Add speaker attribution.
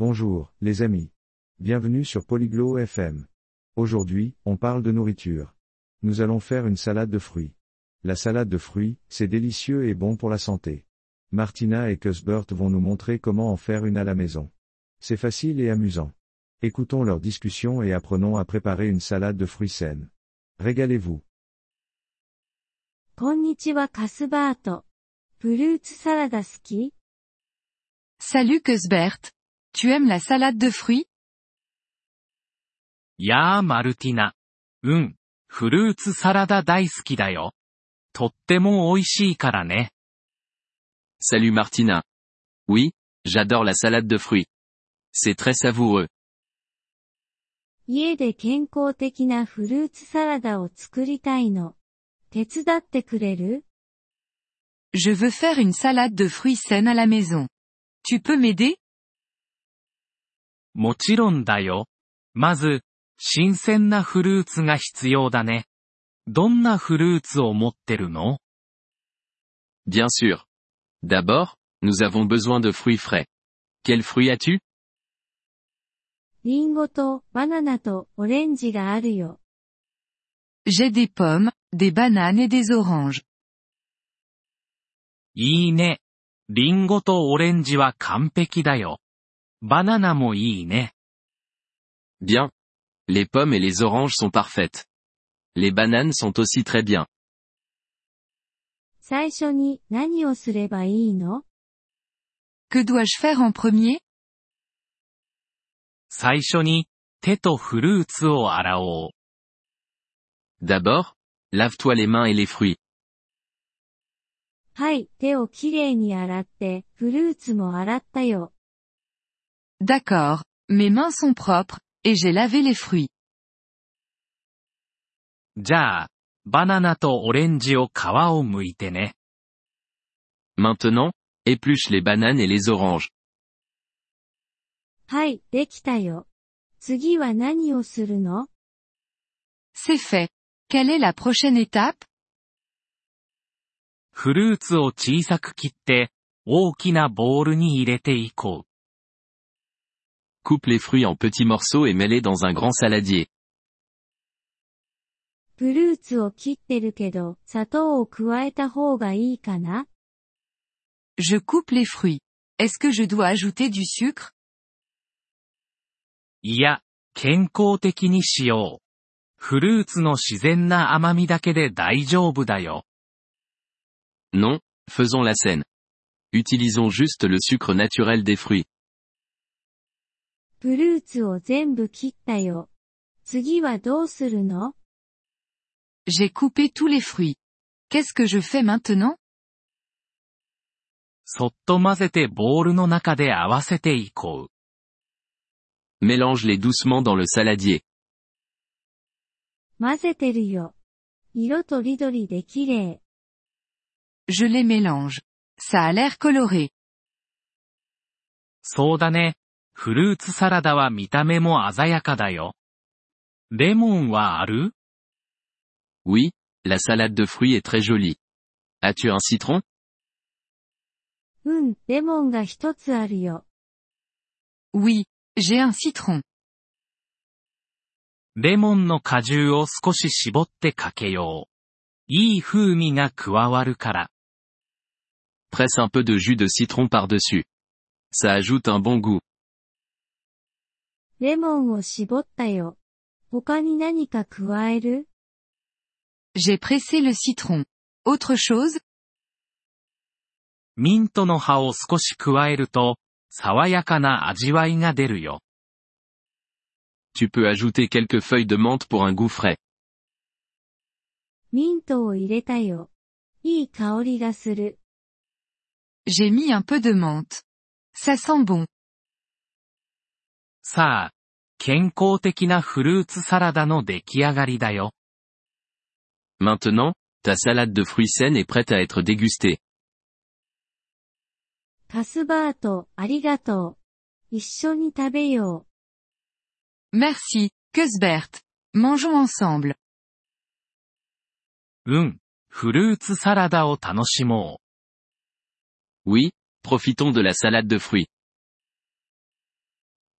Speaker 1: Bonjour, les amis. Bienvenue sur Polyglot FM. Aujourd'hui, on parle de nourriture. Nous allons faire une salade de fruits. La salade de fruits, c'est délicieux et bon pour la santé. Martina et Cuthbert vont nous montrer comment en faire une à la maison. C'est facile et amusant. Écoutons leur discussion et apprenons à préparer une salade de fruits saine. Régalez-vous.
Speaker 2: こんにちはカスバート。フルーツサラダ好き
Speaker 3: Salut Cuthbert. Tu aimes la salade de fruits
Speaker 4: やーマルティナ。うん。フルーツサラダ大好きだよ。とっても美味しいからね。
Speaker 5: Salut Martina. Oui, j'adore la salade de fruits. C'est très savoureux.
Speaker 2: 家で健康的なフルーツサラダを作りたいの。手伝ってくれる
Speaker 3: Je veux faire une salade de fruits saine à la maison. Tu peux m'aider
Speaker 4: もちろんだよ。まず、新鮮なフルーツが必要だね。どんなフルーツを持ってるの
Speaker 5: Bien sûr. D'abord, nous avons besoin de fruits frais. Quels fruits as-tu
Speaker 2: リンゴとバナナとオレンジがあるよ。
Speaker 3: J'ai des pommes, des bananes et des oranges.
Speaker 4: いいね。リンゴとオレンジは完璧だよ。バナナもいいね。
Speaker 5: Bien. Les pommes et les oranges sont parfaites. Les bananes sont aussi très bien.
Speaker 2: 最初に何をすればいいの
Speaker 3: Que dois-je faire en premier
Speaker 4: 最初に、手とフルーツを洗おう。
Speaker 5: D'abord, lave-toi les mains et les fruits.
Speaker 2: はい、手をきれいに洗って、フルーツも洗ったよ。
Speaker 3: D'accord. Mes mains sont propres, et j'ai lavé les fruits.
Speaker 4: じゃあ、バナナとオレンジを皮を剥いてね。
Speaker 5: Maintenant, épluche les bananes et les oranges.
Speaker 2: はい、できたよ。次は何をするの
Speaker 3: C'est fait. Quelle est la prochaine étape
Speaker 4: フルーツを小さく切って、大きなボウルに入れていこう。
Speaker 5: Coupe les fruits en petits morceaux et mets-les dans un grand saladier.
Speaker 2: フルーツを切ってるけど、砂糖を加えた方がいいかな
Speaker 3: Je coupe les fruits. Est-ce que je dois ajouter du sucre
Speaker 4: いや、健康的にしよう。フルーツの自然な甘みだけで大丈夫だよ。
Speaker 5: Non, faisons la scène. Utilisons juste le sucre naturel des fruits.
Speaker 2: フルーツを全部切ったよ。次はどうするの
Speaker 3: J'ai coupé tous les fruits. Qu'est-ce que je fais maintenant
Speaker 4: そっと混ぜてボールの中で合わせていこう。
Speaker 5: Mélange-les doucement dans le saladier.
Speaker 2: 混ぜてるよ。色とりどりで綺麗。
Speaker 3: Je les mélange. Ça a l'air coloré.
Speaker 4: そうだね。フルーツサラダは見た目も鮮やかだよ。レモンはある
Speaker 5: Oui, la salade de fruits est très jolie. As-tu un citron
Speaker 2: うん、レモンが一つあるよ。
Speaker 3: Oui, j'ai un citron.
Speaker 4: レモンの果汁を少し絞ってかけよう。いい風味が加わるから。
Speaker 5: Presse un peu de jus de citron par-dessus. Ça ajoute un bon goût.
Speaker 2: レモンを絞ったよ。他に何か加える
Speaker 3: J'ai pressé le citron. Autre chose,
Speaker 4: ミントの葉を少し加えると、爽やかな味わいが出るよ。
Speaker 5: Tu peux ajouter quelques feuilles de menthe pour un goût frais.
Speaker 2: ミントを入れたよ。いい香りがする。
Speaker 3: j'ai mis un peu de menthe. Ça sent bon.
Speaker 4: さあ、健康的なフルーツサラダの出来上がりだよ。
Speaker 5: Maintenant, ta salade de fruits saine est prête à être dégustée.
Speaker 2: カスバート、ありがとう。一緒に食べよう。
Speaker 3: Merci, Cuthbert. Mangeons ensemble.
Speaker 4: うん。フルーツサラダを楽しも
Speaker 5: Oui, profitons de la salade de fruits.